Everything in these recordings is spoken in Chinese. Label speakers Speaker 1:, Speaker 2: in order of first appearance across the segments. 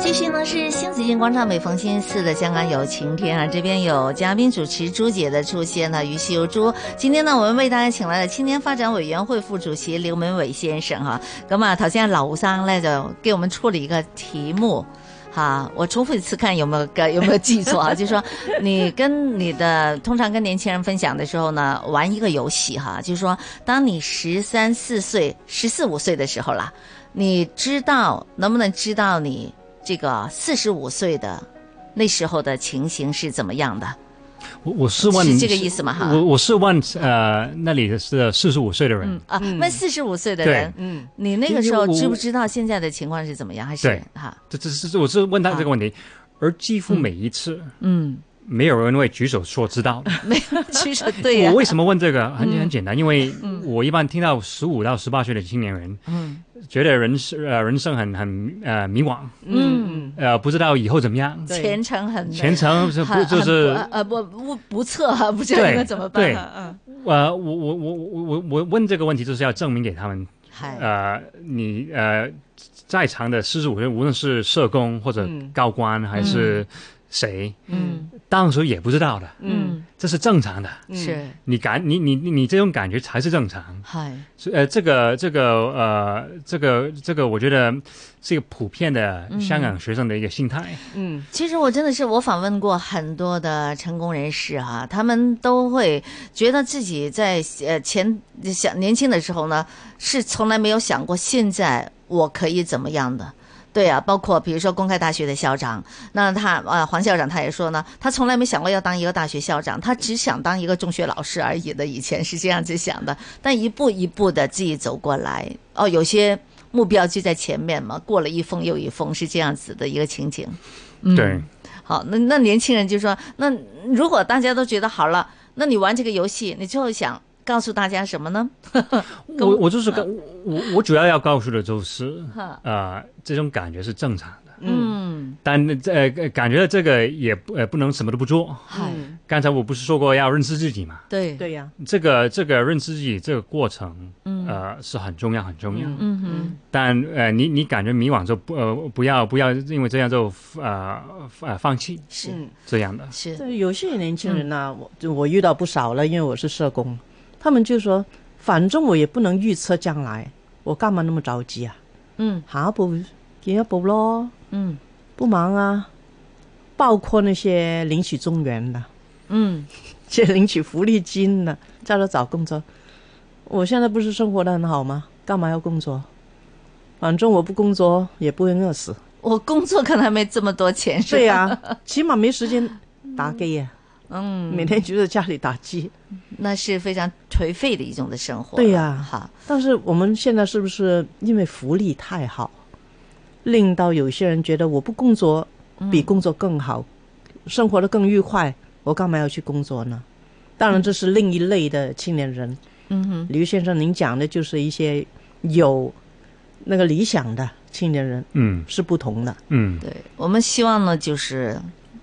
Speaker 1: 继续呢是新紫金广场，每逢星期四的香港有晴天啊，这边有嘉宾主持朱姐的出现呢，于秀珠。今天呢，我们为大家请来了青年发展委员会副主席刘文伟先生哈。咁啊，头先劉生呢就给我们出了一个题目。哈，我重复一次看有没有改有没有记错啊？就是说你跟你的通常跟年轻人分享的时候呢，玩一个游戏哈，就是说当你十三四岁、十四五岁的时候啦，你知道能不能知道你这个四十五岁的那时候的情形是怎么样的？
Speaker 2: 我我是问
Speaker 1: 是这个意思吗哈
Speaker 2: 我我是问呃，那里是四十五岁的人，
Speaker 1: 嗯啊，那四十五岁的
Speaker 2: 对
Speaker 1: 人，
Speaker 3: 嗯，
Speaker 1: 你那个时候
Speaker 2: 因为我
Speaker 1: 知不知道现在的情况是怎么样？还是
Speaker 2: 对
Speaker 1: 哈，
Speaker 2: 这这这这我是问他这个问题，而几乎每一次
Speaker 1: 啊嗯，
Speaker 2: 没有人会举手说 知道。
Speaker 1: 其实对呀
Speaker 2: 我，为什么问这个？
Speaker 1: 嗯
Speaker 2: 很很简单，因为我一般听到十五到十八岁的青年人，
Speaker 1: 嗯
Speaker 2: 觉得人是呃人生很很呃迷惘，
Speaker 1: 嗯，
Speaker 2: 呃不知道以后怎么样，
Speaker 3: 对
Speaker 1: 前程很
Speaker 2: 前程是不
Speaker 1: 很
Speaker 2: 就是
Speaker 1: 很不呃不不不测哈，不知道
Speaker 2: 对
Speaker 1: 应该怎么办
Speaker 2: 对
Speaker 1: 哈，嗯，
Speaker 2: 呃我我我我我我问这个问题就是要证明给他们
Speaker 1: 嗨，
Speaker 2: 呃，你呃，在场的四十五人，无论是社工或者
Speaker 3: 嗯
Speaker 2: 高官还是谁，
Speaker 1: 嗯
Speaker 2: 当时也不知道的，
Speaker 1: 嗯
Speaker 2: 这是正常的。
Speaker 3: 嗯
Speaker 1: 是
Speaker 2: 你感你你你你这种感觉才是正常。
Speaker 1: 嗨，
Speaker 2: 是呃，这个这个呃，这个这个，我觉得是一个普遍的
Speaker 1: 嗯
Speaker 2: 香港学生的一个心态。
Speaker 3: 嗯
Speaker 1: 其实我真的是我访问过很多的成功人士哈、他们都会觉得自己在呃前想年轻的时候呢，是从来没有想过现在我可以怎么样的。对啊，包括比如说公开大学的校长，那他啊、呃黄校长他也说呢，他从来没想过要当一个大学校长，他只想当一个中学老师而已的。以前是这样子想的，但一步一步的自己走过来，哦，有些目标就在前面嘛，过了一峰又一峰，是这样子的一个情景。嗯
Speaker 2: 对，
Speaker 1: 好，那那年轻人就说，那如果大家都觉得好了，那你玩这个游戏，你最后想告诉大家什么呢？
Speaker 2: 我我
Speaker 1: 嗯
Speaker 2: 就是跟我我我主要要告诉的就是，
Speaker 1: 哈，
Speaker 2: 呃，这种感觉是正常的，
Speaker 3: 嗯
Speaker 1: 嗯，
Speaker 2: 但这、呃、感觉这个也不呃不能什么都不做。
Speaker 1: 嗨，
Speaker 3: 嗯，
Speaker 2: 刚才我不是说过要认识自己嘛？
Speaker 1: 对，
Speaker 3: 对呀，
Speaker 2: 这个这个认识自己这个过程，
Speaker 1: 嗯
Speaker 2: 呃，是很重要很重要。
Speaker 3: 嗯
Speaker 1: 嗯哼，
Speaker 2: 但呃，你你感觉迷惘就不呃不要不要因为这样就呃呃放弃
Speaker 1: 是
Speaker 3: 嗯，
Speaker 2: 这样的。
Speaker 1: 是，嗯
Speaker 3: 对，有些年轻人呐，我就我遇到不少了，因为我是社工，他们就说，反正我也不能预测将来，我干嘛那么着急啊？
Speaker 1: 嗯
Speaker 3: 下一步第一步咯，
Speaker 1: 嗯
Speaker 3: 不忙啊。包括那些领取中原 的，
Speaker 1: 嗯
Speaker 3: 去领取福利金的，叫他找工作。我现在不是生活的很好吗？干嘛要工作？反正我不工作也不会 饿死。
Speaker 1: 我工作可能还没这么多钱，是吧
Speaker 3: 对呀、起码没时间打机呀、
Speaker 1: 嗯，
Speaker 3: 每天就在家里打机。
Speaker 1: 那是非常颓废的一种的生活了，
Speaker 3: 对呀
Speaker 1: 好，
Speaker 3: 但是我们现在是不是因为福利太好，令到有些人觉得我不工作比工作更好，生活的更愉快，我干嘛要去工作呢？当然，这是另一类的青年人。
Speaker 1: 嗯哼，
Speaker 3: 刘先生，您讲的就是一些有那个理想的青年人
Speaker 2: 嗯
Speaker 3: 是不同的。
Speaker 2: 嗯，
Speaker 1: 对，我们希望呢就是。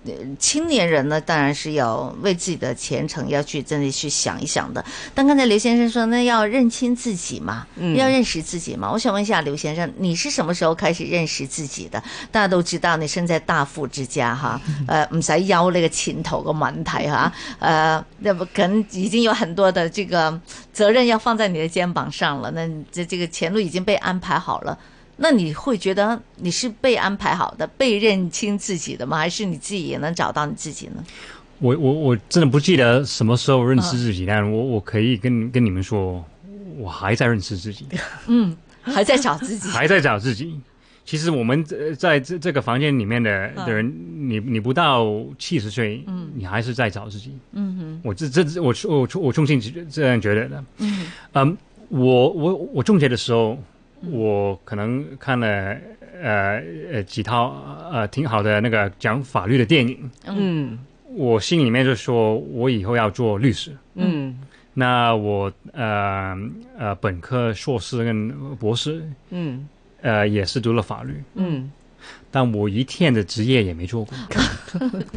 Speaker 1: 呃青年人呢，当然是要为自己的前程要去真的去想一想的。但刚才刘先生说，那要认清自己嘛，要认识自己嘛。我想问一下刘先生，你是什么时候开始认识自己的？大家都知道你身在大富之家哈，誒唔使憂呢個前途嘅問題哈，誒那麼可能已經有很多的這個責任要放在你的肩膀上了，那你这这個前路已經被安排好了。那你会觉得你是被安排好的、被认清自己的吗？还是你自己也能找到你自己呢？
Speaker 2: 我我我真的不记得什么时候认识自己，但我我可以跟跟你们说，我还在认识自己，
Speaker 1: 嗯，还在找自 己。
Speaker 2: 还在找自己。其实我们呃在这这个房间里面的
Speaker 1: 嗯
Speaker 2: 的人，你你不到七十岁，你还是在找自己。
Speaker 1: 嗯
Speaker 2: 我这这我我我衷心这样觉得的。
Speaker 1: 哼，嗯
Speaker 2: 嗯，我我我中学的时候，我可能看了呃呃几套呃挺好的那个讲法律的电影，
Speaker 1: 嗯
Speaker 3: 嗯
Speaker 2: 我心里面就说我以后要做律师。
Speaker 3: 嗯
Speaker 2: 那我呃呃本科、硕士跟博士
Speaker 3: 嗯
Speaker 2: 呃也是读了法律，
Speaker 3: 嗯，
Speaker 2: 但我一天的职业也没做过。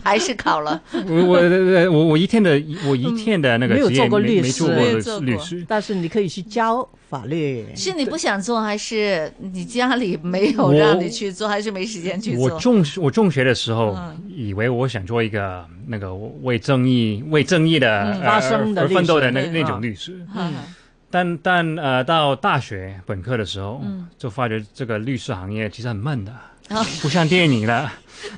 Speaker 1: 还是考 了，
Speaker 2: 我我我我我一天的我一天的那个
Speaker 3: 没有
Speaker 2: 职业
Speaker 3: 做过律
Speaker 2: 没
Speaker 3: 师
Speaker 2: 做过
Speaker 1: 没有做
Speaker 2: 的
Speaker 1: 过
Speaker 2: 律师，
Speaker 3: 但是你可以去教法律。
Speaker 1: 是你不想做，还是你家里没有
Speaker 2: 我
Speaker 1: 让你去做，还是没时间去
Speaker 2: 我
Speaker 1: 做？
Speaker 2: 中我中学的时候
Speaker 1: 嗯，
Speaker 2: 以为我想做一个那个为正义为正义的、呃
Speaker 3: 发声的
Speaker 2: 而
Speaker 3: 律
Speaker 2: 奋斗的
Speaker 3: 师
Speaker 2: 那
Speaker 3: 嗯
Speaker 2: 那
Speaker 3: 啊
Speaker 2: 种律师，
Speaker 1: 嗯
Speaker 2: 但但呃到大学本科的时候，
Speaker 1: 嗯
Speaker 2: 就发觉这个律师行业其实很闷的，
Speaker 1: 啊
Speaker 2: 不像电影了。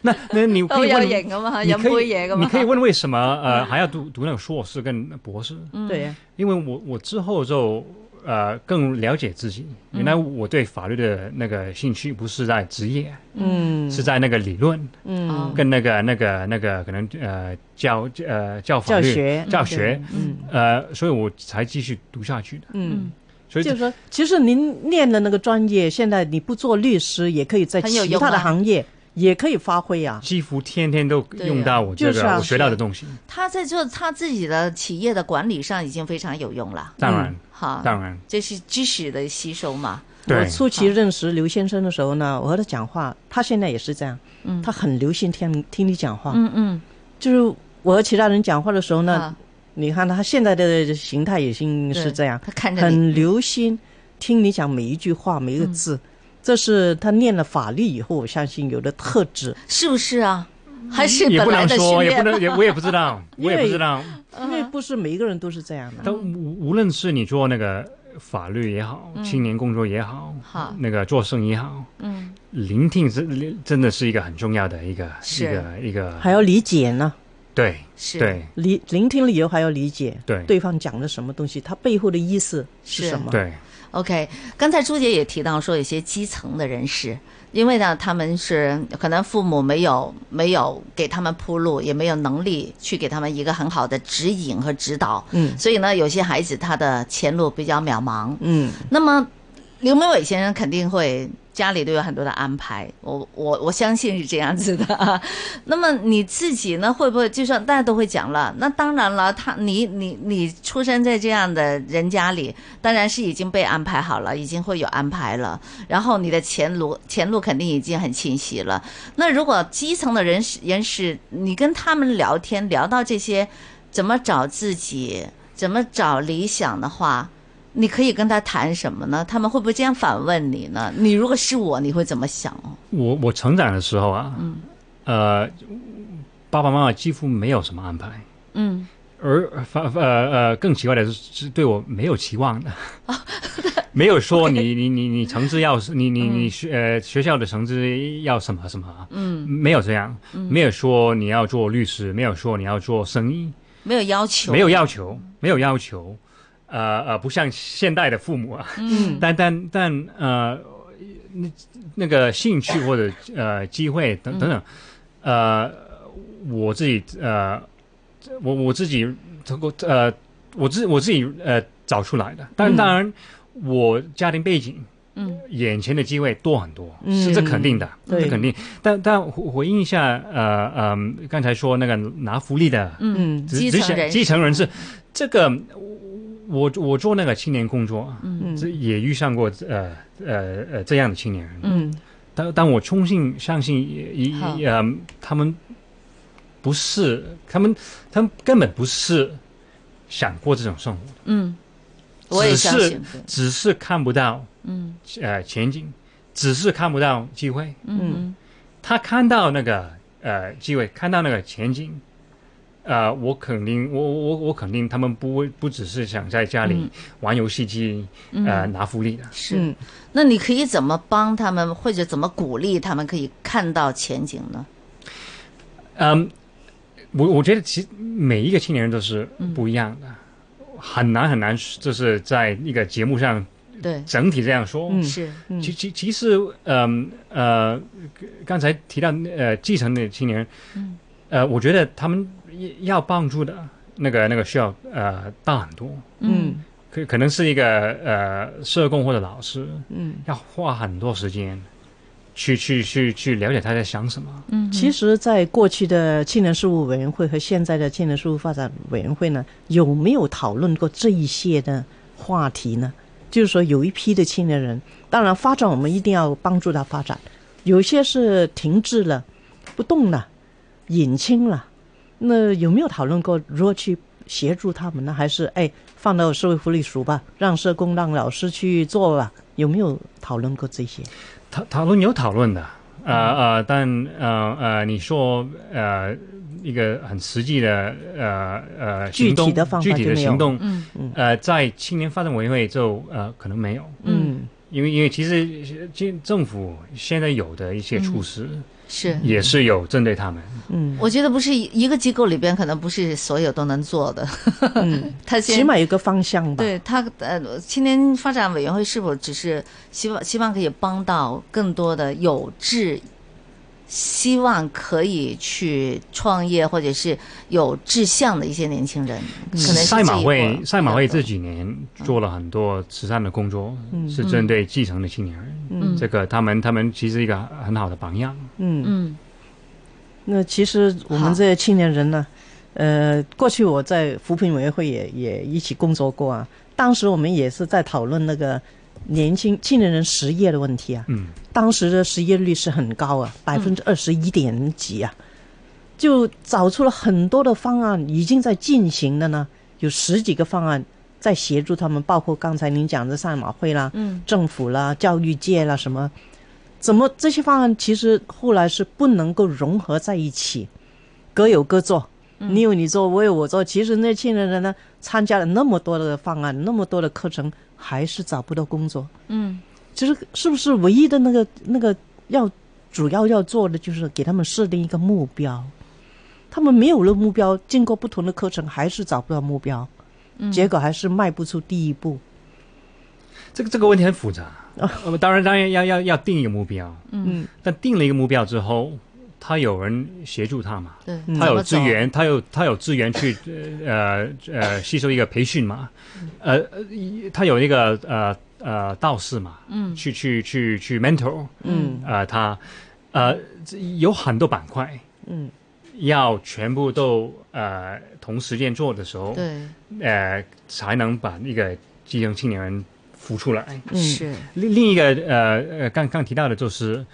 Speaker 2: 那那你可
Speaker 1: 都
Speaker 2: 以
Speaker 1: 有
Speaker 2: 问，
Speaker 1: 型噶嘛，
Speaker 2: 你
Speaker 1: 飲
Speaker 2: 可
Speaker 1: 杯
Speaker 2: 以
Speaker 1: 嘢噶嘛。
Speaker 2: 你可以问为什么呃还要读读那个硕士跟博士？
Speaker 3: 对呀，
Speaker 2: 因为我我之后就呃更了解自己，
Speaker 3: 嗯
Speaker 2: 原来我对法律的那个兴趣不是在职业，
Speaker 3: 嗯
Speaker 2: 是在那个理论
Speaker 1: 哦
Speaker 3: 嗯，
Speaker 2: 跟那个那个那个可能呃教呃教法
Speaker 3: 教
Speaker 2: 律
Speaker 3: 学
Speaker 2: 教学，
Speaker 3: 嗯
Speaker 2: 呃，所以我才继续读下去的。
Speaker 3: 嗯。
Speaker 2: 所以
Speaker 3: 就是说， 其实您念了那个专业，现在你不做律师，也可以在
Speaker 1: 很有
Speaker 3: 其
Speaker 1: 用
Speaker 3: 他的
Speaker 1: 啊
Speaker 3: 行业也可以发挥啊。
Speaker 2: 几乎天天都
Speaker 1: 对
Speaker 2: 用
Speaker 1: 呀
Speaker 2: 到我这
Speaker 3: 就是
Speaker 2: 个
Speaker 3: 啊
Speaker 2: 我学到的东西。
Speaker 1: 他在做他自己的企业的管理上已经非常有用了，
Speaker 2: 当然，
Speaker 1: 哈，
Speaker 2: 当然，
Speaker 1: 这是知识的吸收嘛，
Speaker 3: 嗯我
Speaker 2: 对，
Speaker 3: 初期认识刘先生的时候呢，我和他讲话，他现在也是这样，
Speaker 1: 嗯
Speaker 3: 他很留心听听你讲话。
Speaker 1: 嗯嗯，
Speaker 3: 就是我和其他人讲话的时候呢，
Speaker 1: 啊
Speaker 3: 你看他现在的形态已经是这样，
Speaker 1: 他看着你，
Speaker 3: 很留心听你讲每一句话每一个
Speaker 1: 嗯
Speaker 3: 字。这是他念了法律以后，我相信有的特质，
Speaker 1: 是不是啊？还是
Speaker 2: 也
Speaker 1: 本
Speaker 2: 不
Speaker 1: 来
Speaker 2: 能
Speaker 1: 的
Speaker 2: 说，
Speaker 1: 训
Speaker 2: 也不
Speaker 1: 练，
Speaker 2: 能，也我也不知道，
Speaker 3: 因
Speaker 2: 我也不
Speaker 3: 为
Speaker 2: 知道。
Speaker 1: 嗯
Speaker 3: 因为不是每一个人都是这样的。
Speaker 2: 但无无论是你做那个法律也好，青年工作也好，
Speaker 1: 嗯好
Speaker 2: 那个做生意也好，
Speaker 1: 嗯，
Speaker 2: 聆听真真的是一个很重要的一个一
Speaker 1: 是
Speaker 2: 个一个，
Speaker 3: 还要理解呢，
Speaker 2: 对
Speaker 1: 是，
Speaker 2: 对
Speaker 3: 理聆听了以后还要理解
Speaker 2: 对
Speaker 3: 对方讲的什么东西，他背后的意思
Speaker 1: 是
Speaker 3: 是什么？
Speaker 2: 对
Speaker 1: OK，刚才朱姐也提到说，有些基层的人士，因为呢，他们是可能父母没有没有给他们铺路，也没有能力去给他们一个很好的指引和指导，
Speaker 3: 嗯
Speaker 1: 所以呢，有些孩子他的前路比较渺茫。
Speaker 3: 嗯
Speaker 1: 那么，刘明伟先生肯定会家里都有很多的安排，我我我相信是这样子的、啊。 那么你自己呢，会不会就像大家都会讲了？那当然了，他你你你出生在这样的人家里，当然是已经被安排好了，已经会有安排了。然后你的前路前路肯定已经很清晰了。那如果基层的人士人士，你跟他们聊天聊到这些，怎么找自己，怎么找理想的话，你可以跟他谈什么呢？他们会不会这样反问你呢？你如果是我，你会怎么想？
Speaker 2: 我我成长的时候啊，
Speaker 1: 嗯
Speaker 2: 呃，爸爸妈妈几乎没有什么安排。
Speaker 1: 嗯，
Speaker 2: 而反呃呃，更奇怪的是，是对我没有期望的，没有说你你你你成绩要你你你学呃学校的成绩要什么什么，嗯，没有这样，没有说你要做律师，没有说你要做生意，
Speaker 1: 没有要求，
Speaker 2: 没有要求，没有要求，呃呃，不像现代的父母啊，
Speaker 3: 嗯
Speaker 2: 但但但呃，那那个兴趣或者呃机会
Speaker 3: 嗯
Speaker 2: 等等等，呃，我自己呃，我我自己通过呃，我自我自己呃找出来的。
Speaker 3: 嗯
Speaker 2: 但当然，我家庭背景，
Speaker 1: 嗯，
Speaker 2: 眼前的机会多很多，
Speaker 3: 嗯
Speaker 2: 是这肯定的，
Speaker 3: 对
Speaker 2: 这肯定。但但回回应一下，呃嗯、呃，刚才说那个拿福利的，
Speaker 3: 嗯
Speaker 2: 只
Speaker 1: 基
Speaker 2: 只
Speaker 1: 层
Speaker 2: 想
Speaker 1: 人士
Speaker 2: 基层人士，这个我我我做那个青年工作，
Speaker 3: 嗯
Speaker 2: 这也遇上过呃呃呃这样的青年人，
Speaker 3: 嗯
Speaker 2: 但但我衷心相信一
Speaker 1: 好
Speaker 2: 一呃他们不是他们他们根本不是想过这种生活，
Speaker 1: 嗯，我也相
Speaker 2: 只是
Speaker 1: 信，对
Speaker 2: 只是看不到
Speaker 1: 嗯
Speaker 2: 呃前景，只是看不到机会，
Speaker 1: 嗯
Speaker 2: 他看到那个呃机会，看到那个前景，呃，我肯定，我我我肯定，他们不会不只是想在家里
Speaker 1: 嗯
Speaker 2: 玩游戏机，
Speaker 1: 嗯
Speaker 2: 呃，拿福利的。
Speaker 1: 是。
Speaker 3: 嗯，
Speaker 1: 那你可以怎么帮他们，或者怎么鼓励他们可以看到前景呢？
Speaker 2: 嗯，我我觉得其实每一个青年人都是
Speaker 1: 嗯
Speaker 2: 不一样的，很难很难，就是在一个节目上
Speaker 1: 对，
Speaker 2: 整体这样说。
Speaker 3: 嗯
Speaker 1: 是，
Speaker 3: 嗯
Speaker 2: 其其其实，嗯呃，刚才提到呃，继承的青年人，
Speaker 1: 嗯
Speaker 2: 呃，我觉得他们要帮助的那个那个需要呃大很多，
Speaker 3: 嗯
Speaker 2: 可可能是一个呃社工或者老师
Speaker 3: 嗯
Speaker 2: 要花很多时间去去去去了解他在想什么。
Speaker 1: 嗯，
Speaker 3: 其实，在过去的青年事务委员会和现在的青年事务发展委员会呢，有没有讨论过这一些的话题呢？就是说，有一批的青年人，当然发展我们一定要帮助他发展，有一些是停滞了、不动了、隐青了，那有没有讨论过如何去协助他们呢？还是哎，放到社会福利署吧，让社工、让老师去做吧？有没有讨论过这些？
Speaker 2: 讨讨论有讨论的，呃
Speaker 3: 嗯
Speaker 2: 呃，但呃呃，你说呃一个很实际的呃呃
Speaker 3: 具体
Speaker 2: 行动
Speaker 3: 的方法
Speaker 2: 具体
Speaker 3: 就
Speaker 2: 的
Speaker 3: 没有
Speaker 2: 行动，
Speaker 1: 嗯
Speaker 2: 呃，在青年发展委员会就呃可能没有，
Speaker 3: 嗯
Speaker 2: 因为因为其实政政府现在有的一些措施
Speaker 1: 嗯是。
Speaker 2: 也是有针对他们，
Speaker 3: 嗯，
Speaker 1: 我觉得不是一个机构里边，可能不是所有都能做 的。
Speaker 3: 嗯
Speaker 1: 他先
Speaker 3: 起码有个方向吧。
Speaker 1: 对他呃，青年发展委员会是否只是希望希望可以帮到更多的有志，希望可以去创业或者是有志向的一些年轻人？
Speaker 3: 嗯
Speaker 1: 可能是
Speaker 2: 赛马
Speaker 1: 这一
Speaker 2: 会
Speaker 1: 波
Speaker 2: 赛马会这几年做了很多慈善的工作，
Speaker 3: 嗯
Speaker 2: 是针对基层的青年人。
Speaker 3: 嗯
Speaker 2: 这个他们他们其实一个很好的榜样。
Speaker 3: 嗯，
Speaker 1: 嗯
Speaker 3: 那其实我
Speaker 1: 好
Speaker 3: 们这些青年人呢，呃，过去我在扶贫委员会也也一起工作过啊。当时我们也是在讨论那个年轻青年人失业的问题啊。
Speaker 2: 嗯，
Speaker 3: 当时的失业率是很高啊，百分之二十一点几啊，就找出了很多的方案，已经在进行了呢，有十几个方案在协助他们，包括刚才您讲的赛马会啦，
Speaker 1: 嗯
Speaker 3: 政府啦、教育界啦什么，怎么这些方案其实后来是不能够融合在一起，各有各做，你有你做，我有我做。其实那青年人呢，参加了那么多的方案，那么多的课程，还是找不到工作。
Speaker 1: 嗯
Speaker 3: 其实是不是唯一的那个那个要主要要做的就是给他们设定一个目标，他们没有了目标，经过不同的课程还是找不到目标，结果还是迈不出第一步。
Speaker 2: 这个这个问题很复杂。
Speaker 1: 哦
Speaker 2: 呃当然当然要要要定一个目标，
Speaker 3: 嗯
Speaker 2: 但定了一个目标之后，他有人协助他嘛？
Speaker 1: 对，
Speaker 2: 他
Speaker 1: 怎么
Speaker 2: 有
Speaker 1: 走
Speaker 2: 资，源，他有他有资源去呃呃吸收一个培训嘛，
Speaker 1: 嗯
Speaker 2: 呃，呃一他有一个呃呃道士嘛，
Speaker 1: 嗯
Speaker 2: 去去去去 mentor，
Speaker 3: 嗯
Speaker 2: 呃，他呃这有很多板块
Speaker 3: 嗯
Speaker 2: 要全部都呃同时间做的时候，
Speaker 1: 对
Speaker 2: 呃，才能把一个基层青年人扶出来。
Speaker 3: 嗯
Speaker 1: 是
Speaker 2: 另另一个呃呃，刚刚提到的就是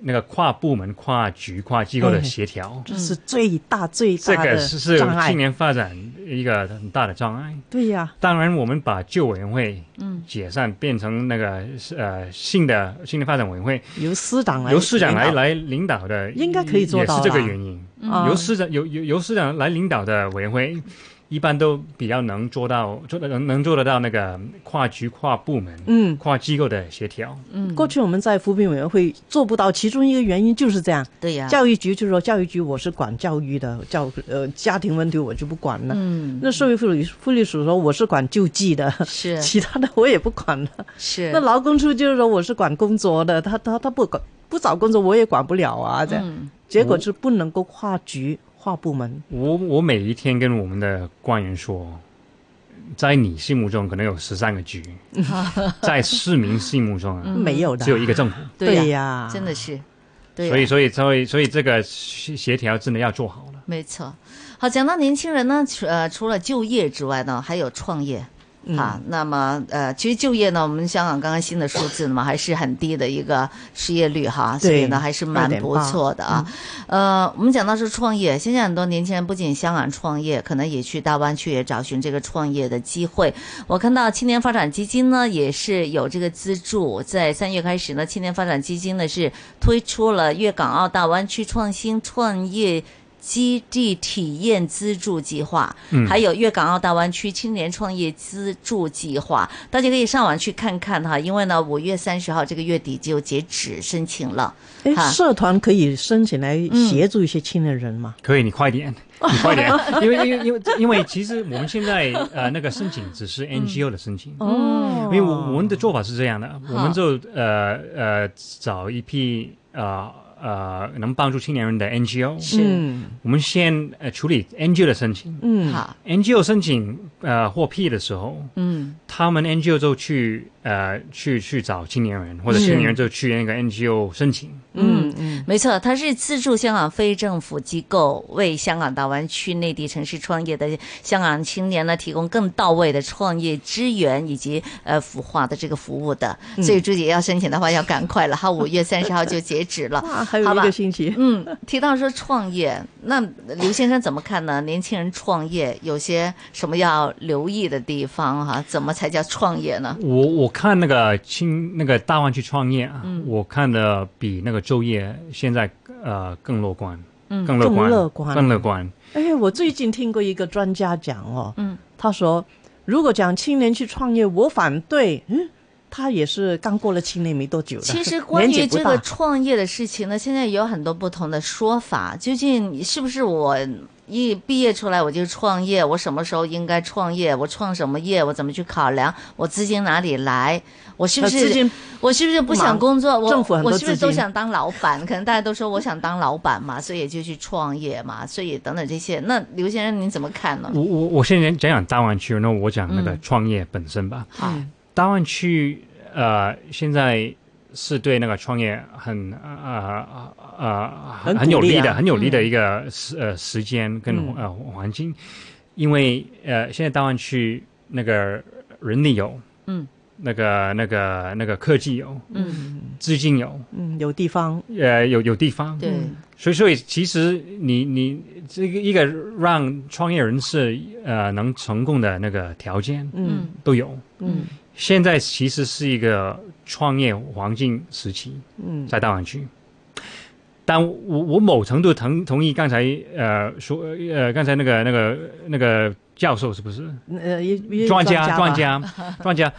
Speaker 2: 那个跨部门、跨局、跨机构的
Speaker 3: 嗯
Speaker 2: 协调，
Speaker 3: 这是最大最
Speaker 2: 这
Speaker 3: 大
Speaker 2: 个
Speaker 3: 的
Speaker 2: 是是
Speaker 3: 障碍
Speaker 2: 青。年发展一个很大的障碍。
Speaker 3: 对呀、
Speaker 2: 当然，我们把旧委员会
Speaker 1: 嗯
Speaker 2: 解散，变成那个呃新的青年发展委员会，
Speaker 3: 由市长来
Speaker 2: 由市长来
Speaker 3: 领
Speaker 2: 来领
Speaker 3: 导
Speaker 2: 导的，
Speaker 3: 应该可以做到
Speaker 2: 也是这个
Speaker 3: 啦
Speaker 2: 原因。
Speaker 3: 啊
Speaker 2: 由市长由由由市长来领导的委员会，一般都比较能做到做得能能做得到那个跨局、跨部门、
Speaker 3: 嗯。
Speaker 2: 跨机构的协调。
Speaker 3: 过去我们在扶贫委员会做不到，其中一个原因就是这样。
Speaker 1: 对呀，
Speaker 3: 教育局就说教育局我是管教育的，教呃家庭问题我就不管了。
Speaker 1: 嗯
Speaker 3: 那社会福利福利署说我是管救济的，
Speaker 1: 是
Speaker 3: 其他的我也不管了。
Speaker 1: 是
Speaker 3: 那劳工处就是说我是管工作的，他他他不管不找工作我也管不了啊，这样、
Speaker 1: 嗯
Speaker 3: 结果是不能够跨局跨部门。
Speaker 2: 我我每一天跟我们的官员说，在你心目中可能有十三个局，在市民心目中啊，
Speaker 3: 没有 的
Speaker 2: 只有一个政府。
Speaker 3: 嗯对
Speaker 1: 呀，
Speaker 3: 呀，
Speaker 1: 真的是对呀，啊
Speaker 2: 所以，所以，所以，所以这个协协调真的要做好了。
Speaker 1: 没错。好，讲到年轻人呢，除呃除了就业之外呢，还有创业。啊，那么呃，其实就业呢，我们香港刚刚新的数字嘛，还是很低的一个失业率哈，所
Speaker 3: 对
Speaker 1: 以呢还是蛮不错的啊。呃，我们讲到是创业，现在很多年轻人不仅香港创业，可能也去大湾区也找寻这个创业的机会。我看到青年发展基金呢也是有这个资助，在三月开始呢，青年发展基金呢是推出了粤港澳大湾区创新创业。基地体验资助计划，还有粤港澳大湾区青年创业资助计划，大家可以上网去看看哈，因为呢，五月三十号这个月底就截止申请了。
Speaker 3: 哎
Speaker 1: 哈，
Speaker 3: 社团可以申请来协助一些青年人嘛？
Speaker 2: 可以，你快点，你快点，因为因为因为因为其实我们现在呃那个申请只是 NGO 的申请，
Speaker 3: 哦
Speaker 2: 因为我我们的做法是这样的，我们就呃呃找一批呃呃能帮助青年人的 NGO，
Speaker 3: 嗯
Speaker 2: 我们先呃处理 NGO 的申请
Speaker 3: 嗯，
Speaker 1: 好，
Speaker 2: ，NGO 申请呃获批的时候，
Speaker 1: 嗯
Speaker 2: 他们 NGO 就去呃去去找青年人，或者
Speaker 1: 是
Speaker 2: 青年人就去那个 NGO 申请，
Speaker 1: 嗯
Speaker 3: 嗯，
Speaker 1: 没错，它是资助香港非政府机构为香港大湾区内地城市创业的香港青年呢，提供更到位的创业支援以及呃孵化的这个服务的。所以朱姐要申请的话，要赶快了哈，五月三十号就截止了。
Speaker 3: 啊，还有
Speaker 1: 好
Speaker 3: 一
Speaker 1: 吧
Speaker 3: 个星期，
Speaker 1: 嗯，提到说创业，那刘先生怎么看呢？年轻人创业有些什么要留意的地方哈、怎么才叫创业呢？
Speaker 2: 我我看那个青那个大湾区创业啊，我看的比那个就业现在呃更乐观，
Speaker 1: 嗯
Speaker 2: 更乐观，
Speaker 3: 更乐观
Speaker 2: 更乐观。
Speaker 3: 哎，我最近听过一个专家讲哦，
Speaker 1: 嗯，
Speaker 3: 他说如果讲青年去创业，我反对，嗯，他也是刚过了青年没多久的，
Speaker 1: 其实关
Speaker 3: 年
Speaker 1: 于
Speaker 3: 纪不
Speaker 1: 这个
Speaker 3: 大
Speaker 1: 创业的事情呢，现在也有很多不同的说法。究竟是不是我一毕业出来我就创业？我什么时候应该创业？我创什么业？我怎么去考量？我资金哪里来？我是不
Speaker 3: 他
Speaker 1: 是
Speaker 3: 最近
Speaker 1: 我是不是不想工作？我
Speaker 3: 政府很多
Speaker 1: 我是不是
Speaker 3: 资金
Speaker 1: 都想当老板？可能大家都说我想当老板嘛，所以也就去创业嘛，所以等等这些。那刘先生您怎么看
Speaker 3: 啊
Speaker 1: 呢？
Speaker 2: 我我我先讲讲大湾区，那我讲那个
Speaker 1: 嗯
Speaker 2: 创业本身吧。
Speaker 1: 好，
Speaker 2: 大湾区呃现在是对那个创业很呃呃呃
Speaker 3: 很
Speaker 2: 有
Speaker 3: 鼓励
Speaker 2: 利的、
Speaker 3: 啊嗯
Speaker 2: 很有利的一个时、呃时间跟、呃环境，因为呃现在大湾区那个人力有，
Speaker 1: 嗯，
Speaker 2: 那个那个那个科技有，
Speaker 1: 嗯，
Speaker 2: 资金有，
Speaker 3: 嗯有地方，
Speaker 2: 呃有有地方，
Speaker 1: 对，
Speaker 2: 所以，所以其实你你这个一个让创业人士呃能成功的那个条件
Speaker 3: 嗯
Speaker 2: 都有。
Speaker 3: 嗯
Speaker 2: 现在其实是一个创业黄金时期，
Speaker 3: 嗯
Speaker 2: 在大湾区。但我我某程度同同意刚才呃说呃刚才那个那个那个教授是不是
Speaker 3: 嗯，呃，一一
Speaker 2: 专家专，
Speaker 3: 专
Speaker 2: 家 专家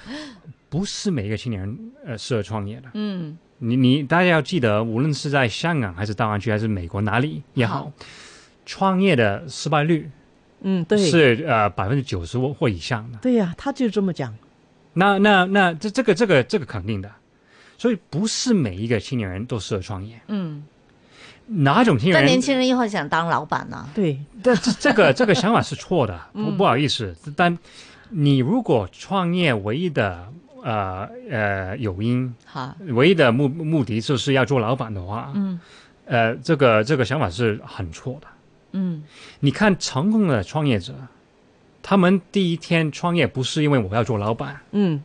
Speaker 2: 不是每一个青年人呃适合创业的。
Speaker 1: 嗯
Speaker 2: 你你大家要记得，无论是在香港还是大湾区还是美国哪里也好，
Speaker 1: 好
Speaker 2: 创业的失败率
Speaker 3: 嗯，对，
Speaker 2: 是呃百分之九十或以上的。
Speaker 3: 对呀、他就这么讲，
Speaker 2: 那那那这这个这个这个肯定的，所以不是每一个青年人都适合创业。
Speaker 1: 嗯，
Speaker 2: 哪种青年
Speaker 1: 但
Speaker 2: 人？
Speaker 1: 年轻人以后想当老板呢？
Speaker 3: 对，
Speaker 2: 但这这个这个想法是错的，不不好意思。但你如果创业唯一的呃呃诱因，
Speaker 1: 好，
Speaker 2: 唯一的目目的就是要做老板的话，
Speaker 1: 嗯
Speaker 2: 呃，这个这个想法是很错的。
Speaker 1: 嗯
Speaker 2: 你看成功的创业者，他们第一天创业不是因为我要做老板，
Speaker 3: 嗯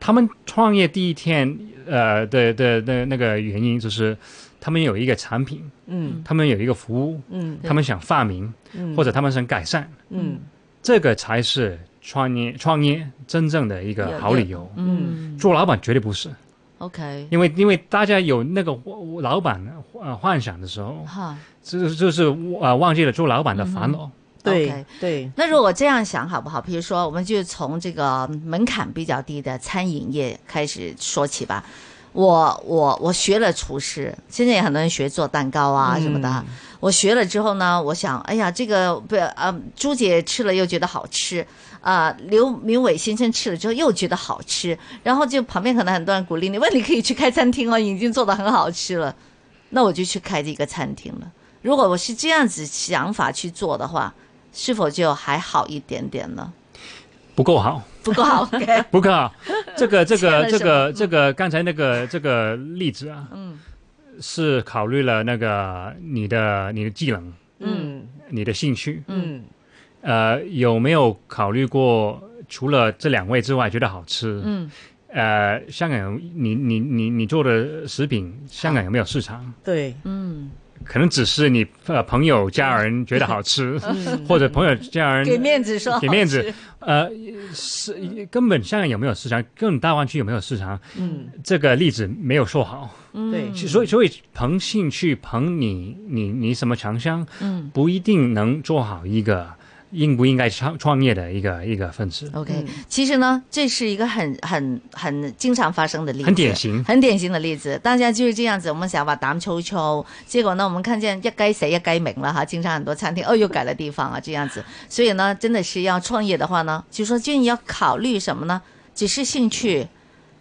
Speaker 2: 他们创业第一天呃的的的那个原因就是，他们有一个产品，
Speaker 3: 嗯
Speaker 2: 他们有一个服务，
Speaker 3: 嗯
Speaker 2: 他们想发明
Speaker 3: 嗯，
Speaker 2: 或者他们想改善，
Speaker 3: 嗯
Speaker 2: 这个才是创业创业真正的一个好理由。
Speaker 1: 嗯
Speaker 2: 做老板绝对不是，
Speaker 1: ，OK，
Speaker 2: 因为因为大家有那个老板呃幻想的时候，
Speaker 1: 哈。
Speaker 2: 这就是呃忘记了做老板的
Speaker 1: 嗯
Speaker 2: 烦恼。
Speaker 3: 对
Speaker 1: OK
Speaker 3: 对，
Speaker 1: 那如果我这样想好不好？比如说，我们就从这个门槛比较低的餐饮业开始说起吧。我我我学了厨师，现在也很多人学做蛋糕啊什么的。我学了之后呢，我想，哎呀，这个不呃，朱姐吃了又觉得好吃，啊、刘明伟先生吃了之后又觉得好吃，然后就旁边可能很多人鼓励你，问你可以去开餐厅哦，已经做的很好吃了，那我就去开这个餐厅了。如果我是这样子想法去做的话，是否就还好一点点呢？
Speaker 2: 不够好，
Speaker 1: 不够好 ，OK，
Speaker 2: 不 够好。这个这
Speaker 1: 欠
Speaker 2: 个
Speaker 1: 了
Speaker 2: 这
Speaker 1: 什么
Speaker 2: 个这个刚才那个这个例子啊，
Speaker 1: 嗯
Speaker 2: 是考虑了那个你的你的技能、
Speaker 3: 嗯
Speaker 2: 你的兴趣，
Speaker 3: 嗯
Speaker 2: 呃，有没有考虑过除了这两位之外觉得好吃？
Speaker 1: 嗯，
Speaker 2: 呃，香港有你你你你做的食品，香港有没有市场？
Speaker 3: 对，
Speaker 1: 嗯，
Speaker 2: 可能只是你呃朋友家人觉得 好吃，或者朋友家人
Speaker 1: 嗯给面子说，
Speaker 2: 给 面子，呃，是根本香港有没有市场，跟大湾区有没有市场，
Speaker 3: 嗯
Speaker 2: 这个例子没有说好。
Speaker 3: 对，
Speaker 1: 嗯
Speaker 2: 所以，所以凭兴趣，凭你你你什么强项，
Speaker 1: 嗯
Speaker 2: 不一定能做好一个应不应该创创业的一个一个分子，
Speaker 1: ，OK，其实呢，这是一个很很很经常发生的例子，
Speaker 2: 很典型。
Speaker 1: 很典型的例子，大家就是这样子。我们想法胆粗粗，结果呢，我们看见一该谁一该名了哈。经常很多餐厅哦又改了地方啊，这样子。所以呢，真的是要创业的话呢，就说就你要考虑什么呢？只是兴趣，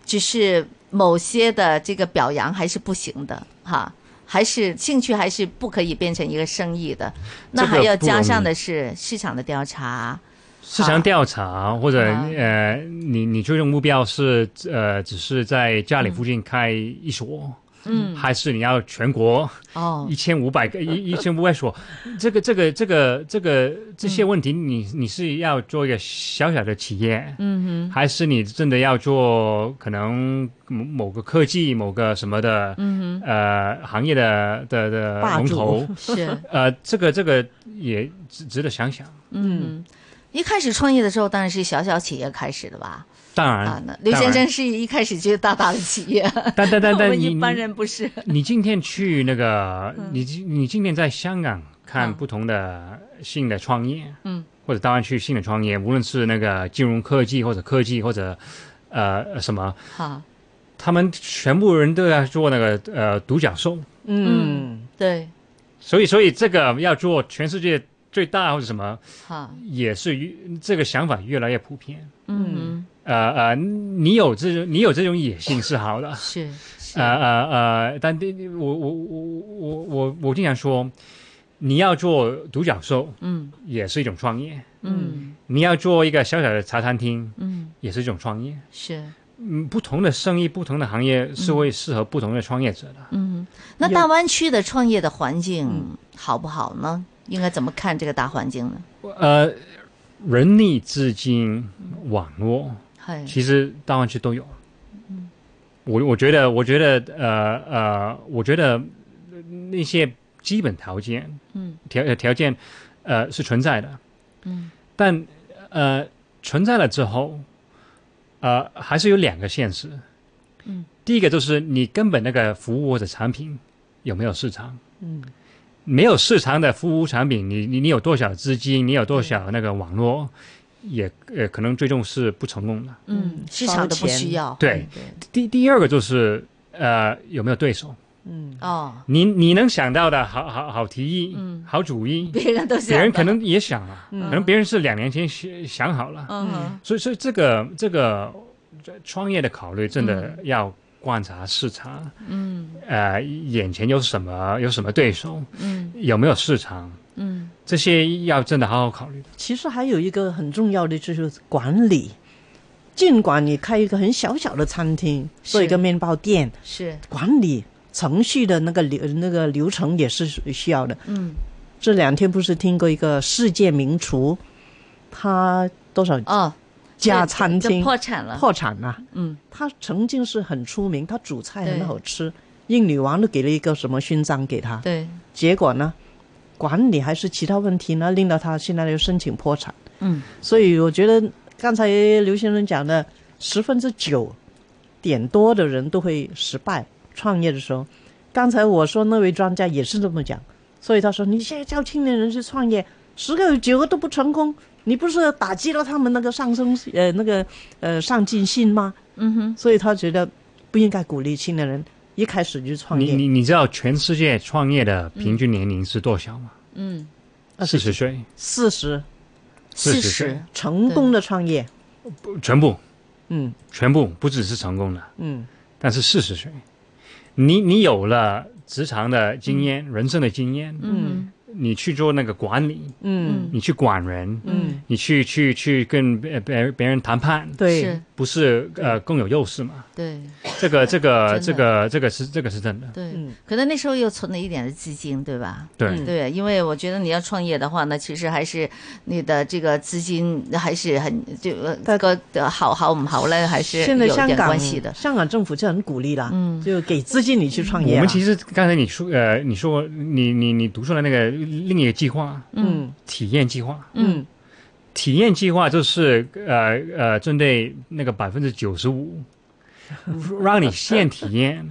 Speaker 1: 只是某些的这个表扬还是不行的哈，还是兴趣还是不可以变成一个生意的。那
Speaker 2: 这个
Speaker 1: 还要
Speaker 2: 不容
Speaker 1: 加
Speaker 2: 易
Speaker 1: 上的是市场的调查，
Speaker 2: 市场调查或者
Speaker 1: 啊
Speaker 2: 呃，你你最终目标是呃，只是在家里附近开一所，
Speaker 1: 嗯，
Speaker 2: 还是你要全国
Speaker 1: 哦
Speaker 2: 一，千五百个一一千五百所？这个这个这个这个这些问题你，你是要做一个小小的企业，
Speaker 1: 嗯
Speaker 2: 还是你真的要做可能某某个科技、某个什么的
Speaker 1: 哼，嗯
Speaker 2: 呃行业的的的
Speaker 3: 霸
Speaker 2: 龙
Speaker 3: 主
Speaker 2: 头？
Speaker 1: 哼，是，
Speaker 2: 呃，这个这个也值值得想想。
Speaker 1: 嗯。一开始创业的时候，当然是小小企业开始的吧？
Speaker 2: 当然，
Speaker 1: 啊，那刘
Speaker 2: 嗯当
Speaker 1: 先
Speaker 2: 然
Speaker 1: 生是一开始就是大大的企业，
Speaker 2: 但但 但
Speaker 1: 我们
Speaker 2: 但你
Speaker 1: 一
Speaker 2: 你
Speaker 1: 般人不是。
Speaker 2: 你今天去那个，你今你今天在香港看
Speaker 1: 嗯
Speaker 2: 不同的新的创业，
Speaker 1: 嗯，
Speaker 2: 或者台湾去新的创业，无论是那个金融科技或者科技或者呃什么，
Speaker 1: 哈，
Speaker 2: 他们全部人都要做那个呃独角兽，
Speaker 3: 嗯，
Speaker 1: 对，
Speaker 2: 所以所以这个要做全世界最大或者什么，
Speaker 1: 哈，
Speaker 2: 也是越这个想法越来越普遍。
Speaker 1: 嗯
Speaker 2: 呃呃，你有这种你有这种野心是好的
Speaker 1: 哼，，是是，
Speaker 2: 呃呃呃，但第我我我我我我经常说，你要做独角兽
Speaker 1: 嗯
Speaker 2: 也是一种创业，
Speaker 1: 嗯
Speaker 2: 你要做一个小小的茶餐厅
Speaker 1: 嗯，
Speaker 2: 也是一种创业。
Speaker 1: 是，
Speaker 2: 嗯，不同的生意、不同的行业是会适合不同的创业者的。
Speaker 1: 嗯，那
Speaker 3: 有
Speaker 1: 大湾区的创业的环境好不好呢？应该怎么看这个大环境呢？
Speaker 2: 呃，人力、资金、网络，
Speaker 1: 嘿，
Speaker 2: 其实大湾区都有。
Speaker 1: 嗯
Speaker 2: 我我觉得，我觉得，呃呃，我觉得呃那些基本条件，
Speaker 1: 嗯
Speaker 2: 条呃条件，呃是存在的。
Speaker 1: 嗯
Speaker 2: 但呃，存在了之后，呃，还是有两个现实。
Speaker 1: 嗯，
Speaker 2: 第一个就是你根本那个服务或者产品有没有市场？
Speaker 3: 嗯，
Speaker 2: 没有市场的服务产品，你你你有多少资金，你有多少那个网络，也呃可能最终是不成功的。
Speaker 1: 嗯，市
Speaker 3: 烧
Speaker 1: 场都不
Speaker 3: 钱
Speaker 1: 需要。
Speaker 2: 对，第第二个就是呃有没有对手？
Speaker 3: 嗯，
Speaker 1: 哦，
Speaker 2: 你你能想到的好好好提议、
Speaker 1: 嗯
Speaker 2: 好主意，
Speaker 1: 别人都想
Speaker 2: 别人可
Speaker 1: 到
Speaker 2: 能也想了，
Speaker 3: 嗯
Speaker 2: 可能别人是两年前想想好了，
Speaker 1: 嗯哼
Speaker 2: 所以，所以这个这个这创业的考虑，真的要观察市场，
Speaker 1: 嗯
Speaker 2: 呃，眼前有什么，有什么对手，
Speaker 1: 嗯
Speaker 2: 有没有市场，
Speaker 1: 嗯
Speaker 2: 这些要真的好好考虑的。
Speaker 3: 其实还有一个很重要的就是管理。尽管你开一个很小小的餐厅，
Speaker 1: 是
Speaker 3: 做一个面包店，
Speaker 1: 是
Speaker 3: 管理程序的那个流那个流程也是需要的。
Speaker 1: 嗯
Speaker 3: 这两天不是听过一个世界名厨，他多少
Speaker 1: 哦，
Speaker 3: 家
Speaker 1: 这
Speaker 3: 餐
Speaker 1: 这
Speaker 3: 厅
Speaker 1: 破产了，
Speaker 3: 破产了、
Speaker 1: 嗯
Speaker 3: 他曾经是很出名，他煮菜
Speaker 1: 对
Speaker 3: 很好吃，英女王都给了一个什么勋章给他。
Speaker 1: 对，
Speaker 3: 结果呢，管理还是其他问题呢，令到他现在又申请破产。
Speaker 1: 嗯
Speaker 3: 所以我觉得刚才刘先生讲的，十分之九点多的人都会失败创业的时候。刚才我说那位专家也是这么讲，所以他说你现在叫青年人去创业，十个有九个都不成功，你不是打击了他们那个上升呃那个呃上进心吗？
Speaker 1: 嗯哼
Speaker 3: 所以他觉得不应该鼓励青年人一开始就创
Speaker 1: 嗯
Speaker 2: 你
Speaker 3: 业。
Speaker 2: 你你知道全世界创业的平均年龄是多少吗？
Speaker 1: 嗯，
Speaker 2: 四十岁，
Speaker 3: 四十
Speaker 1: 事
Speaker 2: 40
Speaker 1: 实
Speaker 2: 岁
Speaker 3: 成功的创业，
Speaker 2: 不全部
Speaker 3: 嗯
Speaker 2: 全部不只是成功的，
Speaker 3: 嗯
Speaker 2: 但是四十岁，你你有了职场的经验、人生的经验，
Speaker 1: 嗯
Speaker 2: 你去做那个管理，
Speaker 3: 嗯
Speaker 2: 你去管人，
Speaker 3: 嗯，
Speaker 2: 你去去去跟别别别人谈判，
Speaker 3: 对
Speaker 1: 是，
Speaker 2: 不是
Speaker 3: 嗯
Speaker 2: 呃更有优势嘛？
Speaker 1: 对
Speaker 2: 这个这个这
Speaker 1: 真
Speaker 2: 个这个是这个是真的，
Speaker 1: 对
Speaker 3: 嗯，
Speaker 1: 可能那时候又存了一点的资金，对吧？
Speaker 2: 对，
Speaker 3: 嗯
Speaker 1: 对，因为我觉得你要创业的话呢，其实还是你的这个资金还是很就呃
Speaker 3: 但
Speaker 1: 个呃好好唔好嘞，还是
Speaker 3: 现在
Speaker 1: 有
Speaker 3: 香
Speaker 1: 点
Speaker 3: 港
Speaker 1: 关系的。
Speaker 3: 香港政府就很鼓励啦，
Speaker 1: 嗯
Speaker 3: 就给资金你去创业啊。
Speaker 2: 我们其实刚才你说呃你说你你你读出来那个另一个计划
Speaker 3: 嗯
Speaker 2: 体验计划，
Speaker 3: 嗯
Speaker 2: 体验计划就是呃呃针对那个百分之九十五，让你先体验。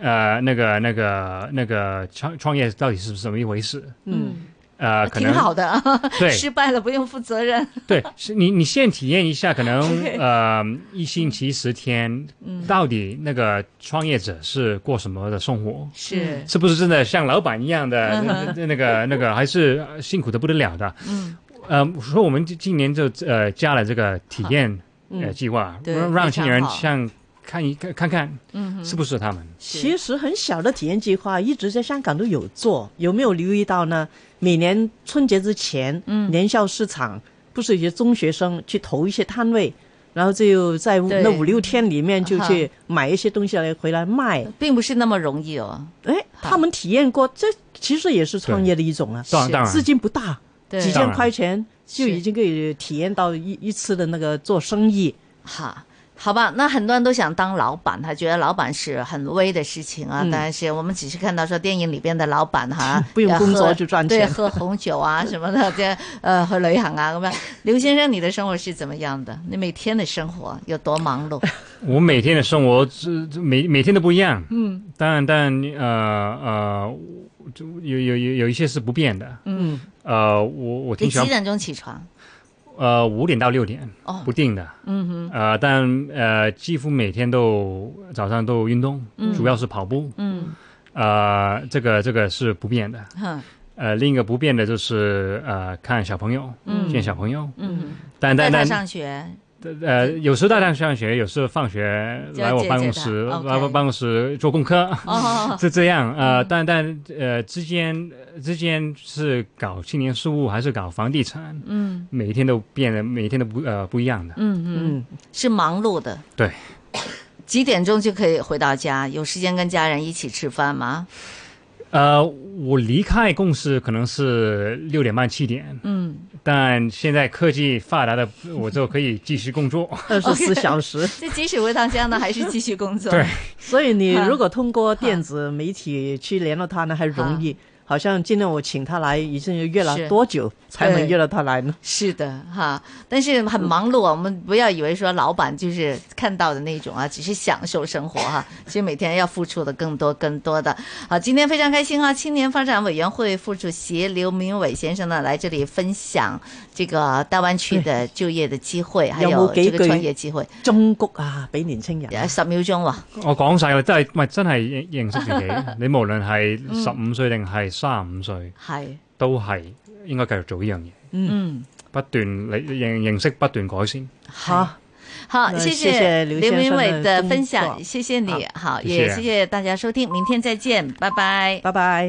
Speaker 2: 呃，那个、那个、那个创创业到底是什么一回事？
Speaker 3: 嗯
Speaker 2: 呃，可
Speaker 1: 挺
Speaker 2: 能
Speaker 1: 好的啊，
Speaker 2: 对，
Speaker 1: 失败了不用负责任。
Speaker 2: 对，是你你先体验一下，可 能呃一星期十天，
Speaker 1: 嗯
Speaker 2: 到底那个创业者是过什么的生活？
Speaker 1: 是，
Speaker 3: 嗯
Speaker 2: 是不是真的像老板一样的
Speaker 1: 嗯
Speaker 2: 那那个那个，还是呃辛苦的不得了的？
Speaker 1: 嗯，
Speaker 2: 呃，所以我们今今年就呃加了这个体验呃
Speaker 3: 嗯，
Speaker 2: 计划，
Speaker 1: 对
Speaker 2: 让让青
Speaker 1: 非
Speaker 2: 年人
Speaker 1: 常好
Speaker 2: 像看一看看看
Speaker 1: 嗯哼，
Speaker 2: 是不是他们？
Speaker 3: 其实很小的体验计划一直在香港都有做，有没有留意到呢？每年春节之前，
Speaker 1: 嗯
Speaker 3: 年校市场不是有些中学生去投一些摊位，然后就在
Speaker 1: 对啊
Speaker 3: 那五六天里面就
Speaker 1: 哈
Speaker 3: 去买一些东西来回来卖。
Speaker 1: 并不是那么容易哦。
Speaker 3: 哎，他们体验过，这其实也是创业的一种啊，
Speaker 2: 当然
Speaker 1: 是
Speaker 2: 当然
Speaker 3: 资金不大，
Speaker 1: 对，
Speaker 3: 几
Speaker 2: 这样
Speaker 3: 千块钱就已经可以体验到一一次的那个做生意。
Speaker 1: 哈。好吧，那很多人都想当老板，他觉得老板是很威的事情啊。
Speaker 3: 嗯
Speaker 1: 但是我们只是看到说电影里边的老板哈
Speaker 3: ，不用
Speaker 1: 要
Speaker 3: 工作
Speaker 1: 喝
Speaker 3: 就赚
Speaker 1: 对，
Speaker 3: 钱
Speaker 1: 喝红酒啊什么的，这呃和旅行啊咁样。刘先生，你的生活是怎么样的？你每天的生活有多忙
Speaker 3: 哎
Speaker 1: 碌？
Speaker 2: 我每天的生活，这这每每天都不一样。嗯，当然，当然，呃呃，就有有有有一些是不变的。
Speaker 3: 嗯，
Speaker 2: 呃，我我
Speaker 1: 你
Speaker 2: 挺喜
Speaker 1: 几
Speaker 2: 欢，
Speaker 1: 点钟起床？
Speaker 2: 呃，五点到六点
Speaker 1: 哦
Speaker 2: 不，定的。
Speaker 1: 嗯哼，
Speaker 2: 呃，但呃，几乎每天都早上都运动，
Speaker 1: 嗯
Speaker 2: 主要是跑步。
Speaker 1: 嗯
Speaker 2: 呃，这个这个是不变的。
Speaker 1: 哼，
Speaker 2: 呃，另一个不变的就是呃，看小朋友，
Speaker 1: 嗯
Speaker 2: 见小朋友。
Speaker 1: 嗯
Speaker 2: 但
Speaker 1: 哼，带
Speaker 2: 但
Speaker 1: 他
Speaker 2: 但
Speaker 1: 上学，
Speaker 2: 呃，有时候带他上学，有时候放学
Speaker 1: 就要
Speaker 2: 来我
Speaker 1: 接
Speaker 2: 办
Speaker 1: 接
Speaker 2: 公
Speaker 1: 他
Speaker 2: 室，
Speaker 1: ，OK
Speaker 2: 来我办公室做功课。
Speaker 1: 哦，
Speaker 2: 是这样，呃，但但呃，之间之间是搞青年事务还是搞房地产，
Speaker 1: 嗯
Speaker 2: 每一天都变得，每一天都不呃不一样的。
Speaker 1: 嗯嗯。
Speaker 3: 嗯，
Speaker 1: 是忙碌的。
Speaker 2: 对，
Speaker 1: 几点钟就可以回到家？有时间跟家人一起吃饭吗？
Speaker 2: 呃，我离开公司可能是六点半七点，
Speaker 1: 嗯，
Speaker 2: 但现在科技发达的，我就可以继续工作。
Speaker 3: 二十四小时。
Speaker 1: 这即使回到家呢，还是继续工作。
Speaker 2: 对
Speaker 3: 所以你
Speaker 1: 哈
Speaker 3: 如果通过电子媒体去联络他呢，还容易。好像今天我请他来，已经约
Speaker 1: 是
Speaker 3: 了多久才能
Speaker 1: 对
Speaker 3: 约到他来呢？
Speaker 1: 是的，哈，但是很
Speaker 3: 嗯
Speaker 1: 忙碌啊。我们不要以为说老板就是看到的那种啊，只是享受生活哈、其实每天要付出的更多更多的。好，今天非常开心啊！青年发展委员会副主席刘明伟先生呢来这里分享这个大湾区的就业的机会，还
Speaker 3: 有冇
Speaker 1: 这
Speaker 3: 幾
Speaker 1: 个
Speaker 3: 句
Speaker 1: 创业机会。呃
Speaker 3: 中谷啊，俾年青人
Speaker 1: 有十秒鐘喎。
Speaker 2: 我講晒啦，真係唔係真係認認識自己。 你無論係
Speaker 1: 嗯
Speaker 2: 十五歲定係三十五歲，
Speaker 1: 係，
Speaker 2: 都係應該繼續做呢樣嘢，
Speaker 1: 嗯，
Speaker 2: 不斷你認認識不斷改善。
Speaker 1: 好，
Speaker 3: 好，
Speaker 1: 好，
Speaker 3: 那
Speaker 1: 谢
Speaker 3: 谢谢刘先
Speaker 1: 明
Speaker 3: 生
Speaker 1: 伟
Speaker 3: 的
Speaker 1: 的
Speaker 3: 工
Speaker 1: 分
Speaker 3: 作
Speaker 1: 享，谢谢你，好，
Speaker 2: 谢
Speaker 1: 也
Speaker 2: 谢
Speaker 1: 谢谢大家收聽，明天再見，拜拜。
Speaker 3: 拜拜。